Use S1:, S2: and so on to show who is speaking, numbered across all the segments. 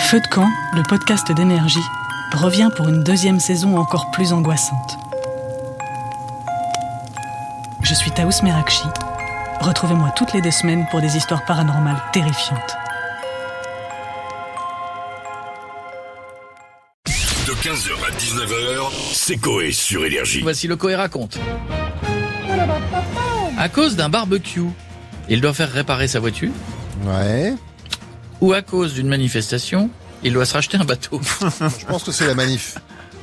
S1: Feu de camp, le podcast d'énergie, revient pour une deuxième saison encore plus angoissante. Je suis Taous Merakchi. Retrouvez-moi toutes les deux semaines pour des histoires paranormales terrifiantes.
S2: De 15h à 19h, c'est Coé sur Énergie.
S3: Voici le Coé raconte. À cause d'un barbecue, il doit faire réparer sa voiture
S4: Ouais.
S3: ou à cause d'une manifestation, il doit se racheter un bateau.
S4: Je pense que c'est la manif.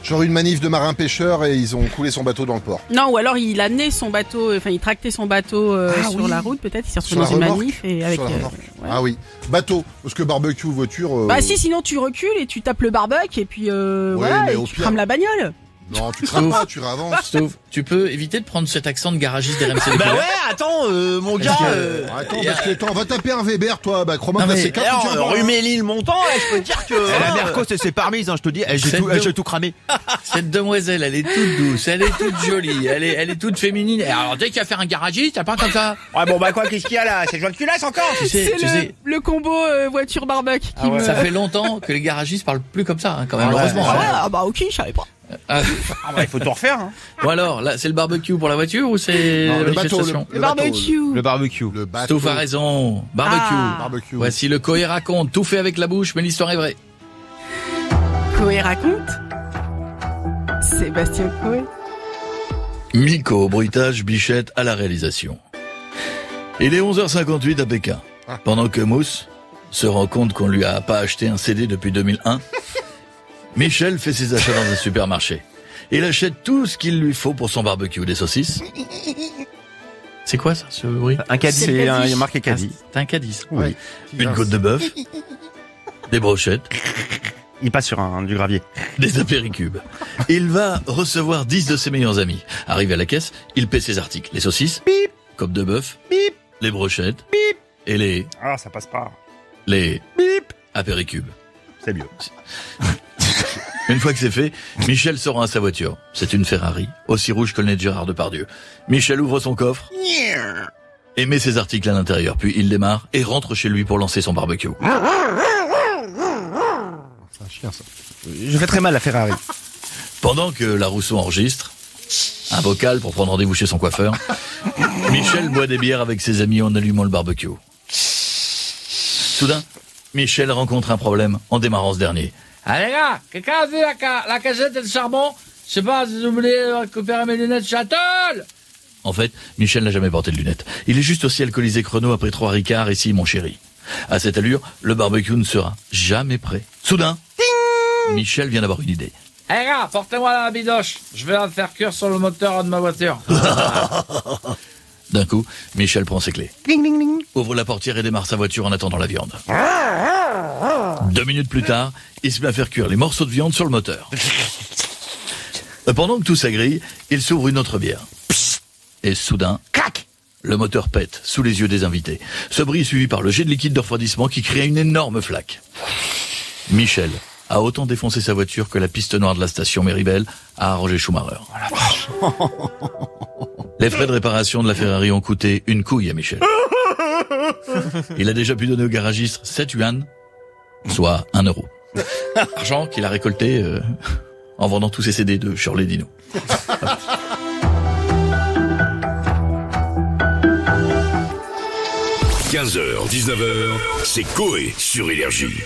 S4: Genre une manif de marins pêcheurs et ils ont coulé son bateau dans le port.
S5: Non, ou alors il amenait son bateau, euh, enfin il tractait son bateau euh,
S4: Ah
S5: sur
S4: oui.
S5: la route, peut-être, il s'est
S4: Sur
S5: retrouvé
S4: la
S5: dans une
S4: remorque.
S5: manif et avec.
S4: Sur la
S5: euh,
S4: remorque.
S5: ouais.
S4: Ah oui. Bateau. Parce que barbecue, voiture. euh,
S5: Bah si, sinon tu recules et tu tapes le barbecue et puis euh,
S4: Ouais, mais
S5: voilà,
S4: au
S5: et tu
S4: pire-
S5: crames la bagnole.
S4: Non, tu crains pas, tu ravances.
S3: Sauf, tu peux éviter de prendre cet accent de garagiste RMC.
S6: Bah ouais, attends, euh, mon gars.
S3: que-
S6: euh,
S4: Attends,
S3: y
S4: parce que attends, va taper un Weber, toi. Bah, crois-moi,
S3: Non,
S4: t'as
S3: mais-
S4: ces quatre,
S6: alors,
S4: tu tiens pas.
S6: rumez l'île montant, eh, je peux dire que.
S7: La
S6: hein,
S7: Mercos et ses parmises, hein, je te dis, eh, j'ai
S3: C'est
S7: tout,
S3: de-
S7: eh, j'ai tout cramé.
S3: Cette demoiselle, elle est toute douce, elle est toute jolie, elle est, elle est toute féminine. Et Alors dès qu'il va faire un garagiste, elle parle comme ça.
S6: Ouais, bon, bah quoi, qu'est-ce qu'il y a là C'est Joan Culasse encore
S3: Tu sais,
S5: C'est
S3: tu sais,
S5: le, le combo euh, voiture barbecue qui
S4: Ah
S5: me.
S3: ça fait longtemps que les garagistes parlent plus comme ça, hein, quand même.
S6: Ah ouais.
S3: heureusement.
S5: Ah ouais, ah bah ok, je savais pas.
S6: Ah, bah, il faut tout refaire, hein.
S3: Bon alors, là, c'est le barbecue pour la voiture ou c'est
S4: Non,
S3: la
S4: le bateau, le,
S3: manifestation
S5: Le
S4: bateau,
S5: barbecue.
S7: Le barbecue.
S4: Le bateau.
S3: Stouff a raison. Barbecue.
S5: Ah.
S4: Barbecue.
S3: Voici le Coé raconte, tout fait avec la bouche, mais l'histoire est vraie.
S5: Coé raconte. Sébastien Coé.
S3: Miko au bruitage, Bichette à la réalisation. Il est 11h58 à Pékin.
S4: Ah.
S3: Pendant que Mousse se rend compte qu'on lui a pas acheté un CD depuis 2001, Michel fait ses achats dans un supermarché. Il achète tout ce qu'il lui faut pour son barbecue, des saucisses. C'est quoi ça, ce bruit
S7: Un caddie,
S5: C'est le
S7: c'est un,
S5: caddie.
S7: il y a marqué caddie.
S3: C'est un caddie. ça.
S4: Ouais.
S3: Une côte de bœuf, des brochettes,
S7: Il passe sur un, du gravier.
S3: des apéricubes. Il va recevoir 10 de ses meilleurs amis. Arrivé à la caisse, il paie ses articles. Les saucisses, bip, comme de bœuf,
S7: Bip.
S3: les brochettes, bip, et les,
S6: Ah, ça passe pas.
S3: les,
S7: Bip.
S3: apéricubes.
S7: C'est mieux.
S3: Une fois que c'est fait, Michel se rend à sa voiture. C'est une Ferrari, aussi rouge que le nez de Gérard Depardieu. Michel ouvre son coffre et met ses articles à l'intérieur. Puis il démarre et rentre chez lui pour lancer son barbecue.
S7: Je fais très mal la Ferrari.
S3: Pendant que la Rousseau enregistre, un vocal pour prendre rendez-vous chez son coiffeur, Michel boit des bières avec ses amis en allumant le barbecue. Soudain, Michel rencontre un problème en démarrant ce dernier. Ah les gars, quelqu'un a vu la, ca- la cassette et le charbon Je sais pas, j'ai oublié de récupérer mes lunettes Châtel En fait, Michel n'a jamais porté de lunettes. Il est juste aussi alcoolisé que Renaud après trois ricards ici, mon chéri. À cette allure, le barbecue ne sera jamais prêt. Soudain, Michel vient d'avoir une idée. Eh gars, portez-moi la bidoche. Je vais la faire cuire sur le moteur de ma voiture. D'un coup, Michel prend ses clés. Ouvre la portière et démarre sa voiture en attendant la viande. Deux minutes plus tard, il se met à faire cuire les morceaux de viande sur le moteur. Euh, Pendant que tout s'agrille, il s'ouvre une autre bière. Et soudain, le moteur pète sous les yeux des invités. Ce bris est suivi par le jet de liquide de refroidissement qui crée une énorme flaque. Michel a autant défoncé sa voiture que la piste noire de la station Méribel a arrangé Schumacher. Les frais de réparation de la Ferrari ont coûté une couille à Michel. Il a déjà pu donner au garagiste 7 yuan, soit 1 euro. Argent qu'il a récolté euh, en vendant tous ses CD de Shirley Dino.
S2: h 19h, c'est Coé sur Énergie.